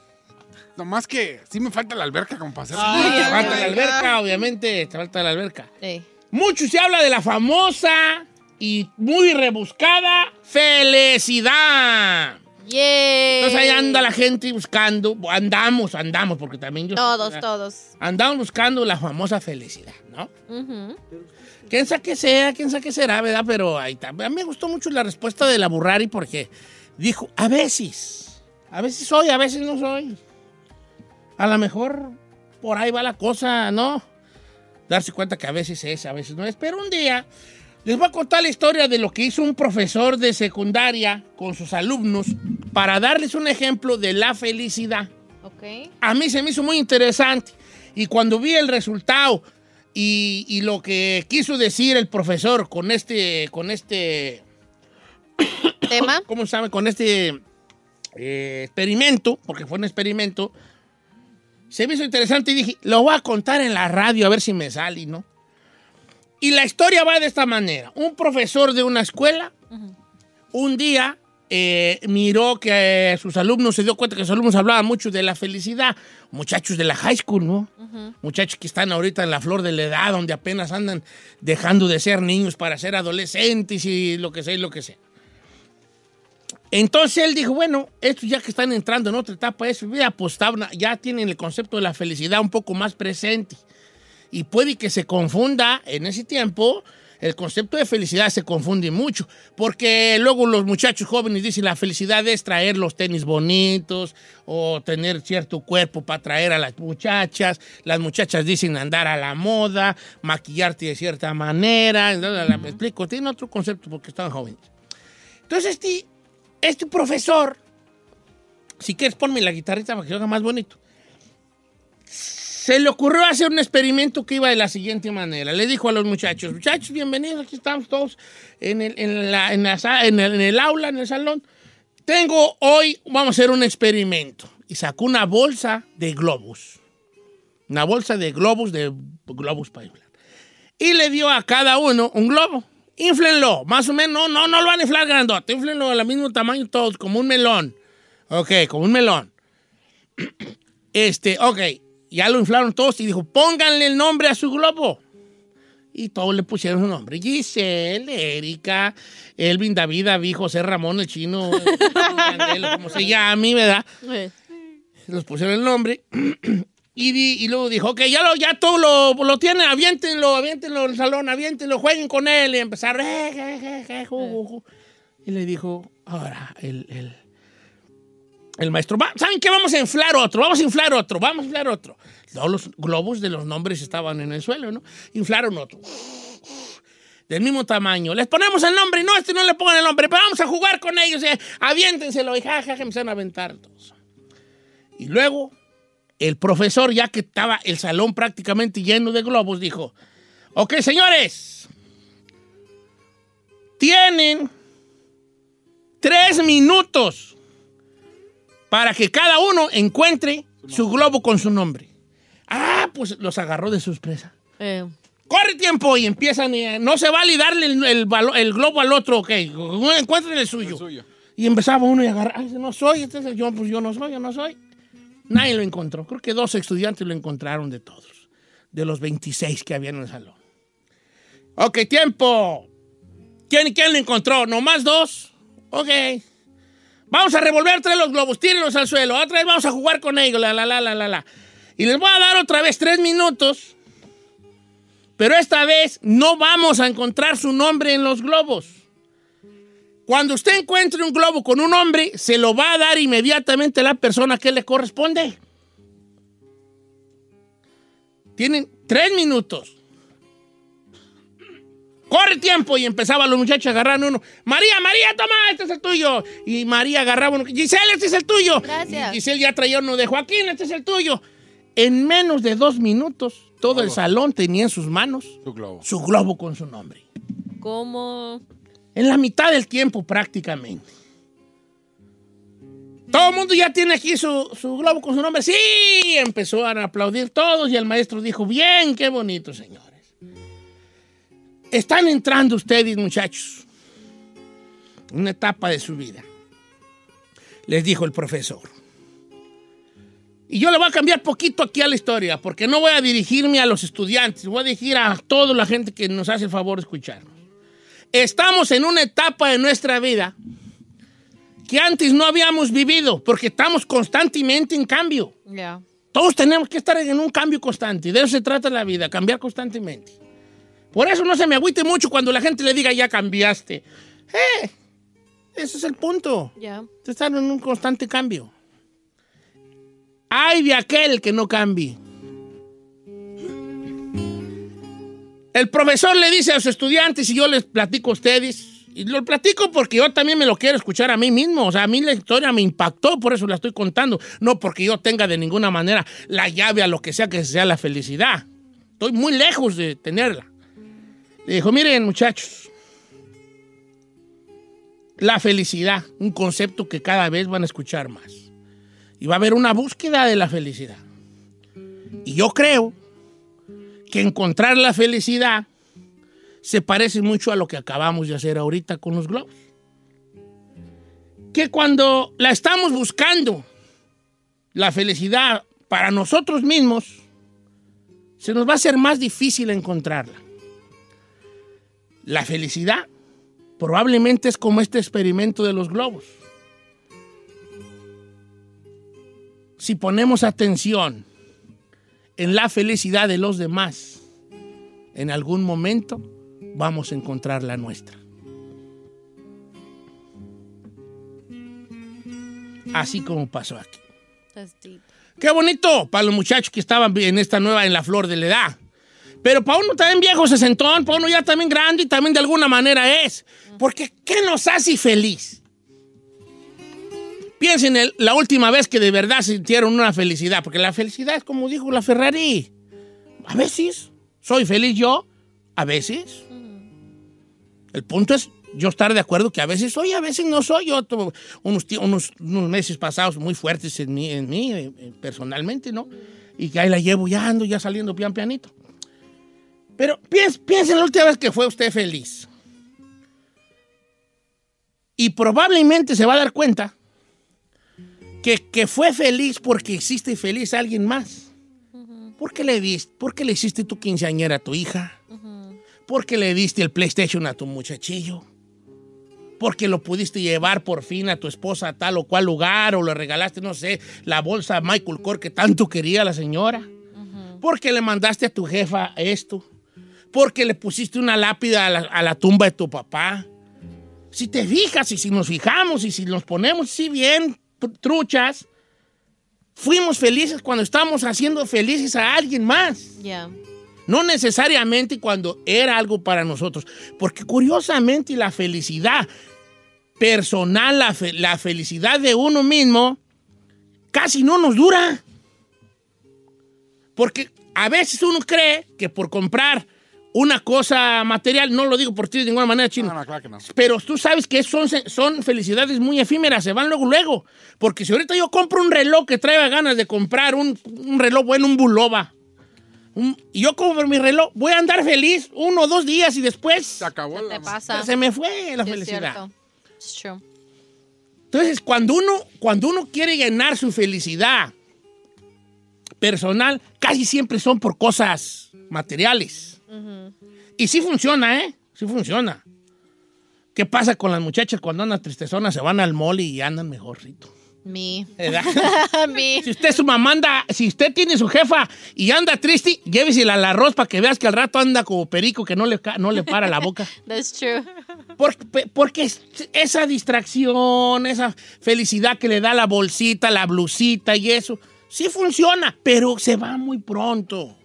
D: Nomás que sí me falta la alberca, como para hacer-
A: Sí, te falta
D: Ay,
A: la alberca, obviamente, te falta la alberca.
C: Sí.
A: Mucho se habla de la famosa y muy rebuscada felicidad.
C: Yeah.
A: Entonces
D: Eh.
A: ahí anda la gente buscando, andamos, andamos, porque también yo...
C: (laughs) Todos, todos.
A: Andamos buscando la famosa felicidad, ¿no? Quién sabe qué sea, quién sabe qué será, ¿verdad? Pero ahí está. A mí me gustó mucho la respuesta de la Burrari porque dijo, a veces, a veces soy, a veces no soy. A lo mejor por ahí va la cosa, ¿no? Darse cuenta que a veces es, a veces no es. Pero un día les voy a contar la historia de lo que hizo un profesor de secundaria con sus alumnos para darles un ejemplo de la felicidad (coughs)
C: Ok.
A: a mí se me hizo muy interesante. Y cuando vi el resultado y, y lo que quiso decir el profesor con este, con este,
C: ¿Tema?
A: ¿cómo se llama? Con este eh, experimento, porque fue un experimento, se me hizo interesante y dije, lo voy a contar en la radio a ver si me sale, ¿no? Y la historia va de esta manera. Un profesor de una escuela, un día eh, miró que eh, sus alumnos, se dio cuenta que sus alumnos hablaban mucho de la felicidad. Muchachos de la high school, ¿no? Muchachos que están ahorita en la flor de la edad, donde apenas andan dejando de ser niños para ser adolescentes y lo que sea, y lo que sea. Entonces él dijo, bueno, estos ya que están entrando en otra etapa de su vida, pues tabla- ya tienen el concepto de la felicidad un poco más presente. Y puede que se confunda en ese tiempo, el concepto de felicidad se confunde mucho, porque luego los muchachos jóvenes dicen la felicidad es traer los tenis bonitos o tener cierto cuerpo para atraer a las muchachas, las muchachas dicen andar a la moda, maquillarte de cierta manera, Entonces, me explico, tienen otro concepto porque están jóvenes. Entonces este, este profesor, si quieres ponme la guitarrita para que se haga más bonito. Se le ocurrió hacer un experimento que iba de la siguiente manera. Le dijo a los muchachos, muchachos, bienvenidos, aquí estamos todos en el, en la- en la sa- en el- en el aula, en el salón. Tengo hoy, vamos a hacer un experimento. Y sacó una bolsa de globos. Una bolsa de globos, de globos para inflar. Y le dio a cada uno un globo. Inflenlo, más o menos, no, no lo van a inflar grandote, inflenlo al mismo tamaño todos, como un melón. Ok, como un melón. (clears throat) Este, ok, ya lo inflaron todos y dijo, pónganle el nombre a su globo. Y todos le pusieron su nombre. Giselle, Erika, Elvin, David, David, José Ramón, el chino, Candelo, como se llame, ¿verdad? Los pusieron el nombre. Y, di- y luego dijo, ok, ya, lo, ya todo lo, lo tienen, aviéntenlo, aviéntenlo al salón, aviéntenlo, jueguen con él. Y empezaron, eh, je, je, je, ju, ju, ju. Y le dijo, ahora, el- el, el maestro, va- ¿saben qué? Vamos a inflar otro, vamos a inflar otro, vamos a inflar otro. Todos los globos de los nombres estaban en el suelo, ¿no? Inflaron otro. Del mismo tamaño. Les ponemos el nombre, no, este no le pongan el nombre, pero vamos a jugar con ellos. eh, Aviéntenselo y jajaja, empezaron a aventar todos. Y luego, el profesor, ya que estaba el salón prácticamente lleno de globos, dijo, ok, señores, tienen tres minutos para que cada uno encuentre su globo con su nombre. Ah, pues los agarró de sorpresa. Corre tiempo y empiezan. eh, no se vale darle el, el valo- el globo al otro, ok. Uno encuentra el suyo. Y empezaba uno y agarraba. "Ay, No soy, este es el- yo, pues yo no soy, yo no soy. Nadie lo encontró. Creo que dos estudiantes lo encontraron de todos. De los 26 que había en el salón. Ok, tiempo. ¿Quién, quién lo encontró? ¿Nomás dos? Ok. Vamos a revolver tres los globos, tírenlos al suelo. Otra vez vamos a jugar con ellos, la, la, la, la, la, la. Y les voy a dar otra vez tres minutos. Pero esta vez no vamos a encontrar su nombre en los globos. Cuando usted encuentre un globo con un nombre, se lo va a dar inmediatamente la persona que le corresponde. Tienen tres minutos. Corre tiempo y empezaba los muchachos a agarrar uno. María, María, toma, este es el tuyo. Y María agarraba uno. Giselle, este es el tuyo.
C: Gracias.
A: Y Giselle ya traía uno de Joaquín, este es el tuyo. En menos de dos minutos, todo el salón tenía en sus manos su globo. con su nombre.
C: ¿Cómo?
A: En la mitad del tiempo prácticamente. Todo el mundo ya tiene aquí su, su globo con su nombre. Sí, empezó a aplaudir todos y el maestro dijo, bien, qué bonito, señores. Están entrando ustedes, muchachos, en una etapa de su vida. Les dijo el profesor. Y yo le voy a cambiar poquito aquí a la historia, porque no voy a dirigirme a los estudiantes, voy a dirigir a toda la gente que nos hace el favor de escucharnos. Estamos en una etapa de nuestra vida que antes no habíamos vivido, porque estamos constantemente en cambio.
C: Ya.
A: Todos tenemos que estar en un cambio constante, de eso se trata la vida, cambiar constantemente. Por eso no se me agüite mucho cuando la gente le diga, ya cambiaste. ¡Eh! Ese es el punto.
C: Ya.
A: Están en un constante cambio. Ay de aquel que no cambie. El profesor le dice a los estudiantes y yo les platico a ustedes. Y lo platico porque yo también me lo quiero escuchar a mí mismo. O sea, a mí la historia me impactó, por eso la estoy contando. No porque yo tenga de ninguna manera la llave a lo que sea que sea la felicidad. Estoy muy lejos de tenerla. Le dijo, miren muchachos, la felicidad, un concepto que cada vez van a escuchar más. Y va a haber una búsqueda de la felicidad. Y yo creo que encontrar la felicidad se parece mucho a lo que acabamos de hacer ahorita con los globos. que cuando la estamos buscando, la felicidad para nosotros mismos, se nos va a ser más difícil encontrarla. La felicidad probablemente es como este experimento de los globos. Si ponemos atención en la felicidad de los demás, en algún momento vamos a encontrar la nuestra. Así como pasó aquí. Qué bonito para los muchachos que estaban en esta nueva, en la flor de la edad. Pero para uno también viejo sesentón, para uno ya también grande y también de alguna manera es. Porque ¿qué nos hace feliz? Piensen en el- la última vez que de verdad sintieron una felicidad, porque la felicidad es como dijo la Ferrari. A veces soy feliz yo, a veces. El punto es yo estar de acuerdo que a veces soy, a veces no soy. Yo tuve unos, ti- unos, unos meses pasados muy fuertes en mí, en mí eh, eh, personalmente, ¿no? Y que ahí la llevo ya ando, ya saliendo pian pianito. Pero piense, piense en la última vez que fue usted feliz. Y probablemente se va a dar cuenta que, que fue feliz porque hiciste feliz a alguien más. ¿Por qué le diste, por qué le hiciste tu quinceañera a tu hija? ¿Por qué le diste el PlayStation a tu muchachillo? Porque lo pudiste llevar por fin a tu esposa a tal o cual lugar, o le regalaste, no sé, la bolsa a Michael Kors que tanto quería la señora. Porque le mandaste a tu jefa esto. Porque le pusiste una lápida a la, a la tumba de tu papá. Si te fijas y si nos fijamos y si nos ponemos si bien tr- truchas, fuimos felices cuando estamos haciendo felices a alguien más.
C: Ya.
A: No necesariamente cuando era algo para nosotros. Porque curiosamente la felicidad personal, la, fe- la felicidad de uno mismo, casi no nos dura. Porque a veces uno cree que por comprar una cosa material, no lo digo por ti de ninguna manera, chino. Pero tú sabes que son, son felicidades muy efímeras, se van luego, luego. Porque si ahorita yo compro un reloj que traiga ganas de comprar un, un reloj bueno, un buloba. un- y yo compro mi reloj, voy a andar feliz uno o dos días y después. Se acabó
C: Te pasa.
A: Se me fue la
C: Sí, es
A: felicidad.
C: cierto. It's true.
A: Entonces, cuando uno, cuando uno quiere llenar su felicidad personal, casi siempre son por cosas materiales. Y sí funciona, ¿eh? Sí funciona. ¿Qué pasa con las muchachas cuando andan tristezonas? Se van al mall y andan mejorcito. (laughs)
C: Me.
A: ¿Verdad?
C: Me.
A: Si usted su mamá anda, si usted tiene su jefa y anda triste, llévesela al arroz para que veas que al rato anda como perico que no le, ca- no le para la boca.
C: That's true.
A: Porque, pe- porque es- esa distracción, esa felicidad que le da la bolsita, la blusita y eso, sí funciona, pero se va muy pronto.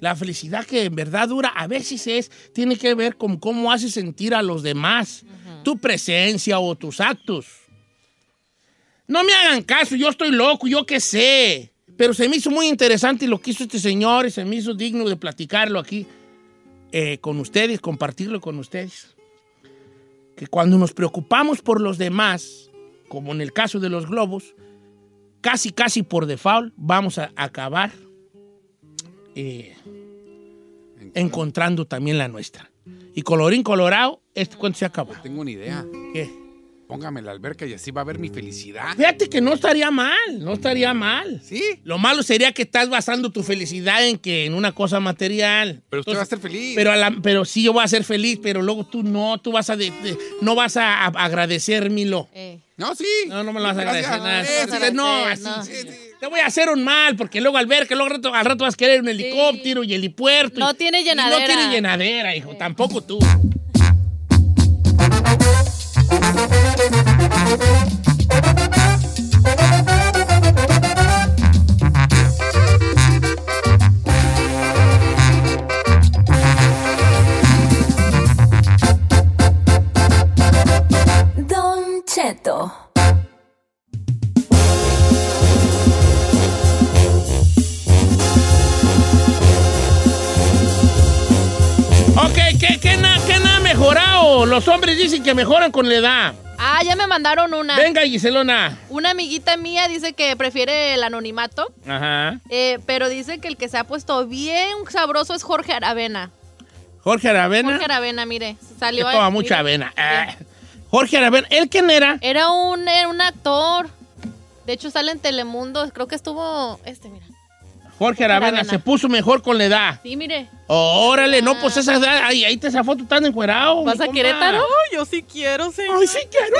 A: La felicidad que en verdad dura a veces es, tiene que ver con cómo hace sentir a los demás, tu presencia o tus actos. No me hagan caso, yo estoy loco, yo qué sé. Pero se me hizo muy interesante lo que hizo este señor y se me hizo digno de platicarlo aquí eh, con ustedes, compartirlo con ustedes. Que cuando nos preocupamos por los demás, como en el caso de los globos, casi, casi por default vamos a acabar eh, encontrando también la nuestra. Y colorín colorado, este cuento se acaba.
D: Tengo una idea.
A: ¿Qué?
D: Póngame la alberca y así va a ver mi felicidad.
A: Fíjate que no estaría mal, no estaría mal.
D: Sí.
A: Lo malo sería que estás basando tu felicidad en que en una cosa material.
D: Pero usted
A: Entonces,
D: va a ser feliz.
A: Pues, Pero, a la- pero sí, yo voy a ser feliz, pero luego tú no, tú vas a de- de- no vas a, a- agradecérmelo.
D: No, sí.
A: No, no me lo vas a
D: Gracias.
A: agradecer. nada.
D: No,
A: Dices, No, así. Te voy a hacer un mal, porque luego al ver que luego al rato, al rato vas a querer un helicóptero y helipuerto.
C: No
A: y-
C: tiene
A: y
C: llenadera.
A: No tiene llenadera, hijo. Tampoco tú.
K: Don Cheto.
A: Ok, ¿qué, qué, na- qué na ha mejorado? Los hombres dicen que mejoran con la edad.
C: Ah, ya me mandaron una.
A: Venga, Giselona.
C: Una amiguita mía dice que prefiere el anonimato,
A: Ajá.
C: eh, pero dice que el que se ha puesto bien sabroso es Jorge Aravena.
A: Jorge Aravena.
C: Jorge Aravena, mire,
A: que
C: salió...
A: toma
C: ahí,
A: mucha
C: mire.
A: avena. Ah. Jorge Aravena, ¿él quién era?
C: Era un, era un actor. De hecho, sale en Telemundo. Creo que estuvo. Este, mira.
A: Jorge Aravena,
C: Aravena.
A: se puso mejor con la edad.
C: Sí, mire.
A: Órale, no, pues esa edad, ahí, ahí está esa foto tan encuerado.
C: Ah. ¿Vas
A: mi
C: a
A: compa.
C: Querétaro?
B: Ay, yo sí quiero, señor. Ay, sí
A: quiero,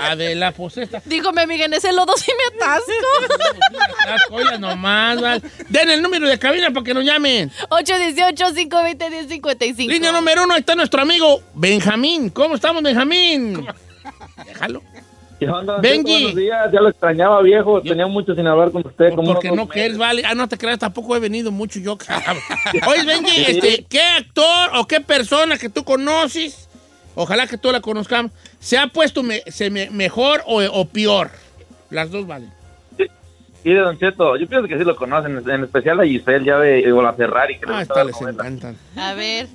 A: Adela, pues esta.
C: Dígame, Miguel, en ese lodo sí me
A: (laughs)
C: atasco.
A: Las joyas nomás, val. Den el número de cabina para que nos llamen.
C: 818-520-1055.
A: Línea número uno, ahí está nuestro amigo Benjamín. ¿Cómo estamos, Benjamín? Déjalo. Benji.
L: Buenos días, ya lo extrañaba, viejo. Tenía mucho sin hablar con usted. como
A: Porque
L: unos
A: no
L: dos
A: quieres, vale. Ah, no te creas, tampoco he venido mucho yo. (laughs) cabrón. Oye, Benji, este, ¿qué actor o qué persona que tú conoces, ojalá que tú la conozcamos, se ha puesto me- se me- mejor o, o peor? Las dos valen.
L: Mire, Don Cheto, yo pienso que sí lo conocen, en especial a Giselle, ya ve, o la Ferrari. Que
A: Ah,
L: les
A: esta
L: gusta
A: les
L: la novela.
A: encantan.
C: A ver.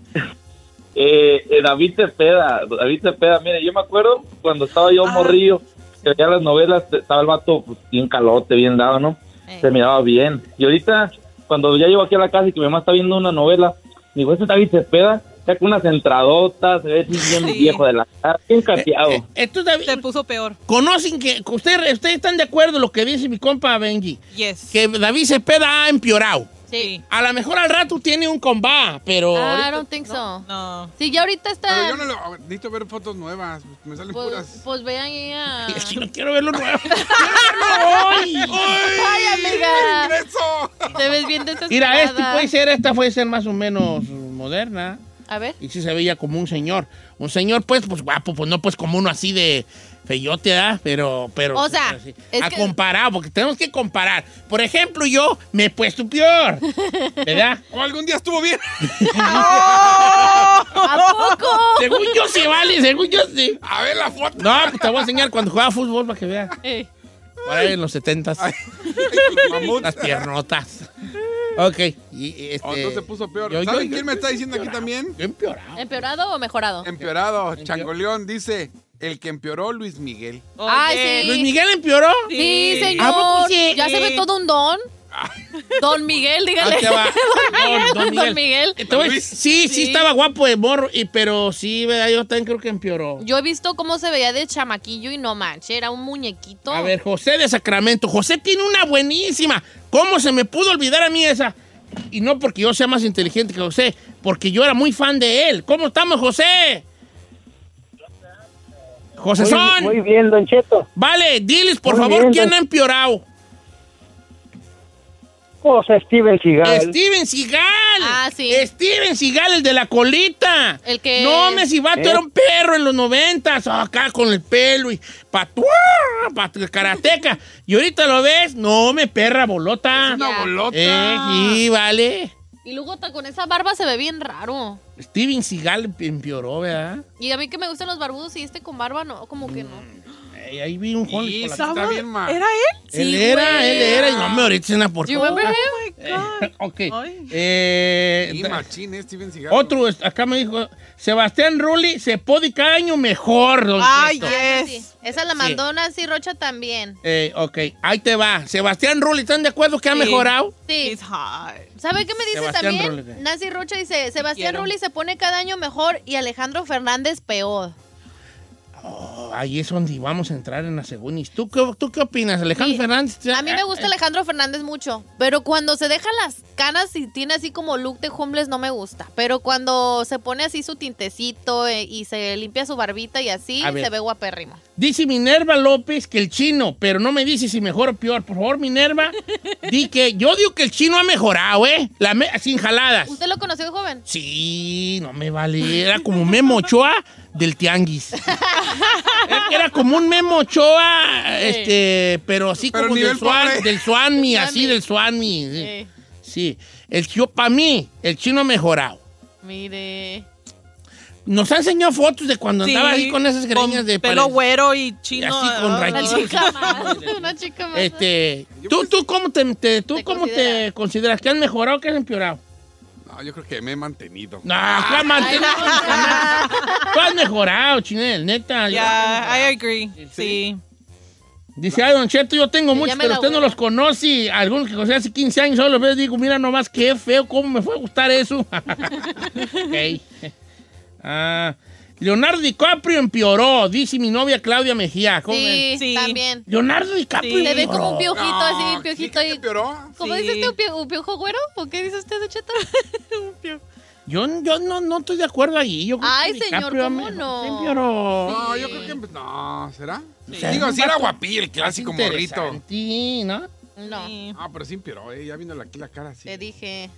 L: Eh, eh, David Cepeda, David Cepeda, mire, yo me acuerdo cuando estaba yo morrillo, que veía las novelas, estaba el vato pues, bien calote, bien dado, ¿no? Se miraba bien. Y ahorita, cuando ya llego aquí a la casa y que mi mamá está viendo una novela, digo, ese David Cepeda, ya con unas entradotas, se ve bien viejo de la cara,
A: Eh,
L: bien cateado.
A: Esto Se puso peor. Conocen que que usted- ustedes están de acuerdo en lo que dice mi compa Benji.
B: Yes.
A: Que David Cepeda ha empeorado.
C: Sí.
A: A lo mejor al rato tiene un combate, pero.
C: Ah, I
A: ahorita-
C: don't think so.
B: No.
C: Sí, ya ahorita
D: Pero
C: está.
D: yo no lo- a ver, necesito ver fotos nuevas. Me salen puras.
C: Pues, pues vean ahí a.
D: (laughs)
A: Es (laughs) que no quiero verlo nuevo.
C: (laughs) ¡Ay!
A: (laughs)
D: ¡Ay,
C: amiga!
D: ¡Ingreso!
C: Te ves bien (laughs) desesperada.
A: Mira, este puede ser, esta puede ser más o menos moderna. (laughs)
C: A ver.
A: Y sí se veía como un señor. Un señor, pues, pues guapo, pues no, pues como uno así de feyote, ¿verdad? Pero, pero.
C: O sea,
A: pero sí.
C: es
A: a
C: que-
A: comparar, porque tenemos que comparar. Por ejemplo, yo me he puesto peor,
C: (laughs)
A: ¿verdad?
D: O algún día estuvo bien. (laughs)
C: ¿A poco?
A: Según yo sí vale, según yo sí.
D: A ver la foto. (laughs)
A: No, pues te voy a enseñar cuando jugaba fútbol para que veas.
C: Ey.
A: Por ahí en los 70 (laughs) Las
D: (laughs)
A: piernotas. Ok. Y, y, este,
D: Oh, no se puso peor.
A: yo- yo-
D: ¿Saben
A: yo-
D: quién me está diciendo aquí también?
A: Yo empeorado.
C: ¿Empeorado o mejorado?
D: Em- Empeorado. Changoleón dice, el que empeoró Luis Miguel.
C: Ay, sí.
A: ¿Luis Miguel empeoró?
C: Sí,
A: ¿A poco
C: señor.
A: sí? Eh.
C: Ya se ve todo un
D: (laughs)
C: don. Don Miguel, dígale.
A: Ahí Ah, te va. Don- Don Miguel.
C: Don Miguel.
A: Te voy a decir, sí, sí, estaba guapo de morro, y, pero sí, ¿verdad? Yo también creo que empeoró.
C: (laughs) Yo he visto cómo se veía de chamaquillo y no manches, era un muñequito.
A: A ver, José de Sacramento. José tiene una buenísima. ¿Cómo se me pudo olvidar a mí esa? Y no porque yo sea más inteligente que José, porque yo era muy fan de él. ¿Cómo estamos, José? José
L: eh, Muy-
A: Son.
L: Muy bien, Don Cheto.
A: Vale, diles por
L: Muy
A: favor
L: bien, pues.
A: quién
L: don-
A: ha empeorado.
L: Cosa Pues, Steven Seagal.
A: Steven Seagal.
C: Ah, sí.
A: Steven Seagal, el de la colita.
C: El que.
A: No, me si vato
L: Eh.
A: era un perro en los noventas, ah, acá con el pelo y patú, pat- karateca. Y ahorita lo ves, no, me perra bolota.
D: Es
C: Ah.
D: una bolota.
A: Eh, sí, vale.
C: Y luego ta- con esa barba se ve bien raro.
A: Steven Seagal em, empeoró, ¿verdad?
C: Y a mí que me gustan los barbudos y este con barba no, como que no.
A: Eh, ahí vi un
D: Sí,
A: Hollywood.
D: está bien mal.
B: ¿Era él? Oh
A: él
C: Sí,
A: era,
C: güey.
A: él era, Eh, y no me ahorita es una
C: Do you remember
A: porquería.
C: him?
A: (laughs) ok.
B: Ay.
A: Eh,
D: Y
A: da-
D: machín, eh, Steven Seagal.
A: otro, es- acá me dijo, Sebastián Rulli se pode cada año mejor, don
B: Ay,
A: Cheto.
C: Ah,
B: yes.
C: sí. Esa la mandó Nancy Rocha también.
A: Eh, ok, ahí te va. Sebastián Rulli, ¿están de acuerdo que ha
B: Sí.
A: mejorado?
C: Sí.
B: He's hot.
C: ¿Sabe qué me dice
A: Sebastián
C: también?
A: Rulli.
C: Nancy Rocha dice, Sebastián
B: Quiero.
C: Rulli se pone cada año mejor y Alejandro Fernández peor.
A: Oh, ahí es donde vamos a entrar en la segunda. ¿Tú qué, tú qué opinas, Alejandro Fernández? eh,
C: A mí me gusta Alejandro Fernández mucho, pero cuando se deja las canas y tiene así como look de homeless no me gusta. Pero cuando se pone así su tintecito eh, y se limpia su barbita y así,
A: A ver.
C: se ve guapérrimo.
A: Dice Minerva López que el chino, pero no me dice si mejor o peor. Por favor, Minerva, di que yo digo que el chino ha mejorado, ¿eh? La me- sin jaladas.
C: ¿Usted lo conoció de joven?
A: Sí, no me vale. Era como Memo Ochoa del Tianguis. Era- Era como un Memo Ochoa, este, pero así
D: Pero
A: como
D: nivel
A: del Swan,
D: pobre.
A: del Swanmi, así
C: Swanmi.
A: del Swanmi. sí.
C: Eh,
A: Sí, el chino, para mí, el chino ha mejorado.
C: mire.
A: Nos han enseñado fotos de cuando
B: Sí,
A: andaba ahí con esas greñas de
B: pelo
A: pared.
B: güero y chino.
A: así con
B: ah,
C: Una
A: rayitos.
C: chica más. Una chica más.
A: Este, ¿tú,
D: pues
A: tú cómo te, te- tú
C: ¿Te
A: cómo te consideras que has mejorado o que has empeorado?
D: No, yo creo que me he mantenido.
A: No, jamás.
C: Ay,
A: Tú tú has mejorado, chinel, neta.
B: Yeah, I agree. Sí.
A: Dice, ay, don Cheto, yo tengo
C: Se
A: muchos,
C: llama
A: pero
C: la
A: usted no
C: abuela.
A: los conoce. Algunos que conocí hace 15 años, solo los veo y digo, mira nomás
C: (laughs)
A: qué feo, cómo me fue a gustar eso. ok. Ah, Leonardo DiCaprio empeoró, dice mi novia Claudia Mejía. ¿Cómo ven?
C: Sí, también.
A: Leonardo DiCaprio
C: Le ve
A: empeoró.
C: como un piojito así, un piojito ahí. ¿Cómo
A: Sí.
C: dice usted? ¿Un pio- ¿Un piojo güero? ¿O qué dice usted,
A: (laughs)
C: Cheta? un piojo.
A: Yo, yo no, no estoy de acuerdo ahí. Yo creo
C: Ay,
A: que
C: señor,
A: DiCaprio
C: ¿cómo
A: me-
C: no?
A: me empeoró.
D: No, yo creo que. No, ¿será?
A: Sí.
D: Digo, si era
A: Vato
D: guapí el clásico
A: más
D: morrito.
A: interesante, ¿no?
C: No.
D: Ah, pero sí empeoró, eh. Ya vino aquí la cara así.
C: Te dije.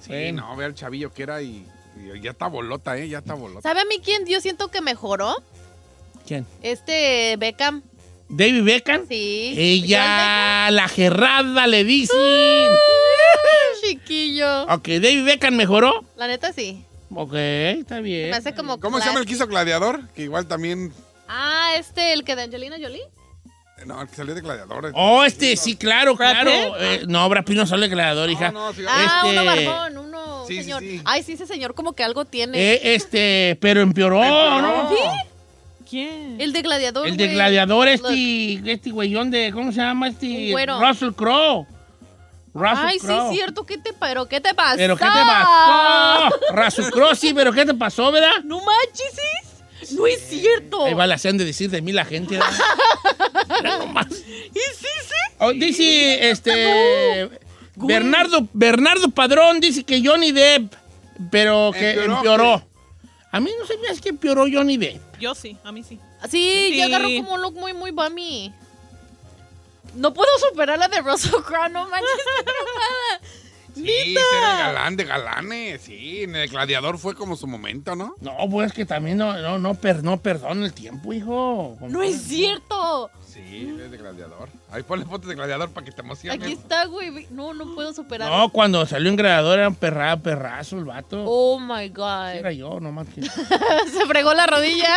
D: Sí, no, ve al chavillo que era y, y ya está bolota, eh. Ya está bolota.
C: ¿Sabe a mí quién yo siento que mejoró?
A: ¿Quién?
C: Este Beckham.
A: ¿David Beckham?
C: Sí.
A: Ella, la gerrada, le dice.
C: ¡Uh! Chiquillo.
A: Ok, David Beckham mejoró.
C: La neta sí.
A: Ok, está bien.
C: Me hace como.
D: ¿Cómo se llama el que hizo gladiador? Que igual también.
C: Ah, este, el que de Angelina Jolie.
D: No, el que salió de gladiador.
A: Oh, este, sí, claro,
C: ¿Brad
A: claro.
C: Pitt?
A: Eh, no, Brad Pitt no sale gladiador, hija.
C: Ah,
A: Este-
C: uno barbón, uno
D: Sí, sí,
C: señor.
D: sí.
C: Ay, sí, ese señor como que algo tiene.
A: Eh, este, pero empeoró, ¿no?
C: ¿Sí? ¿Quién? El de gladiador.
A: El de
C: güey.
A: gladiador,
C: Look.
A: este, este güeyón de, ¿cómo se llama este?
C: Un güero.
A: Russell Crowe. Russell
C: Ay, sí,
A: Crowe.
C: cierto. ¿Qué te, pero qué te pasó?
A: ¿Pero qué te pasó? Russell Crowe, sí, pero ¿qué te pasó, verdad?
C: No manches, no es cierto.
A: Ahí va la sean de decir de mí la gente.
C: (laughs)
A: ¿verdad?
C: ¿Y sí, sí?
A: Oh, dice, este, Bernardo, Bernardo Padrón dice que Johnny Depp, pero que empeoró.
B: Empeoró,
A: A mí no se me hace que empeoró Johnny Depp.
B: Yo sí, a mí sí.
C: Sí,
B: Sí.
C: yo agarro como un look muy, muy bummy. No puedo superar la de Russell Crowe, no manches. qué (laughs) preocupada.
D: este, Sí, ese era el galán de galanes. Sí, en el gladiador fue como su momento, ¿no?
A: No, pues que también no, no, no, per- no perdona el tiempo, hijo.
C: No es cierto.
D: Sí, es de gladiador. Ah. Ahí ponle fotos de gladiador para que te emociones.
C: Aquí está, güey. No, no puedo superar.
A: No, cuando salió en grabador era un perra- perrazo el vato.
C: Oh my
A: Sí Era
C: god.
A: yo, no más que-
C: (laughs) Se fregó
A: (laughs)
C: la rodilla.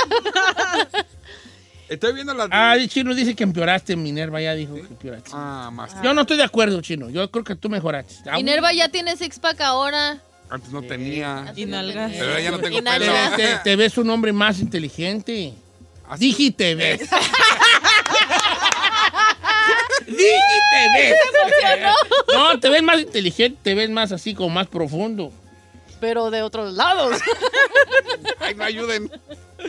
D: Estoy viendo las.
A: Ah, el Chino dice que empeoraste, Minerva ya dijo que empeoraste.
D: Ah, más.
A: Yo no estoy de acuerdo, Chino. Yo creo que tú mejoraste.
C: Minerva ya tiene six pack ahora.
D: Antes no tenía.
C: Y nalgas.
D: Pero ahora ya no tengo
C: Y nalgas.
D: pelo. (laughs)
A: Te, te ves un hombre más inteligente. Dije te ves. Dije te ves. No, te ves más inteligente, te ves más así como más profundo.
C: Pero de
A: (laughs)
C: otros lados.
D: Ay, no ayuden.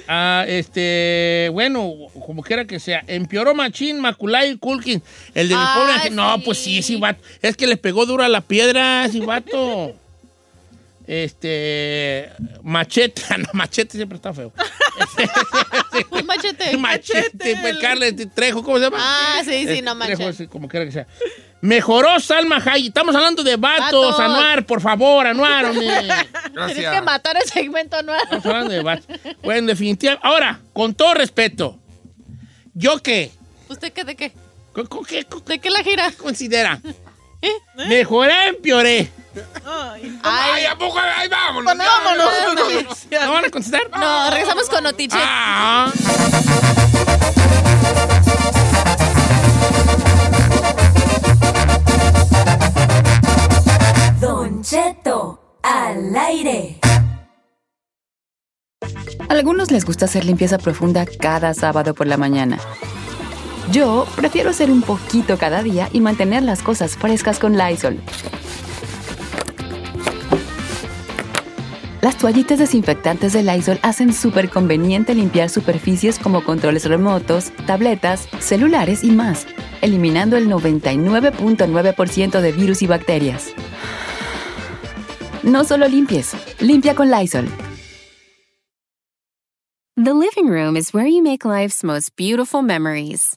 A: Ah, este, bueno, como quiera que sea, empeoró Machín, Maculay, Culkin, el de mi
C: Ah,
A: pobre Angelito. No, pues sí, sí, vato. Es que le pegó dura la piedra, sí, vato. Este, machete, (laughs) Ah, no, machete siempre está feo.
C: Un machete.
A: machete, pues Carles Trejo, ¿cómo se llama?
C: Ah, sí, sí, no
A: Trejo,
C: manches.
A: sí, como quiera que sea. Mejoró Salma Hayek. Estamos hablando de vatos,
C: Vatos.
A: Anuar, por favor, Anuar, hombre.
C: Tienes que matar el
A: (laughs)
C: segmento, ¿no?
A: Estamos hablando de vatos. Bueno, definitivamente. Ahora, con todo respeto, ¿yo qué?
C: ¿Usted qué de qué?
A: ¿Con- con qué con-
C: ¿De qué la gira?
A: considera?
C: ¿Eh?
A: Mejoré, empeoré.
D: Ay, ¿a poco? Ahí vámonos.
C: Pues
D: ya,
C: vámonos.
A: ¿No van a considerar?
C: No, regresamos con noticias.
A: Ah.
K: Don Cheto al aire.
M: Algunos les gusta hacer limpieza profunda cada sábado por la mañana. Yo prefiero hacer un poquito cada día y mantener las cosas frescas con Lysol. Las toallitas desinfectantes de Lysol hacen súper conveniente limpiar superficies como controles remotos, tabletas, celulares y más, eliminando el 99.9% de virus y bacterias. No solo limpies, limpia con Lysol.
N: The living room is where you make life's most beautiful memories.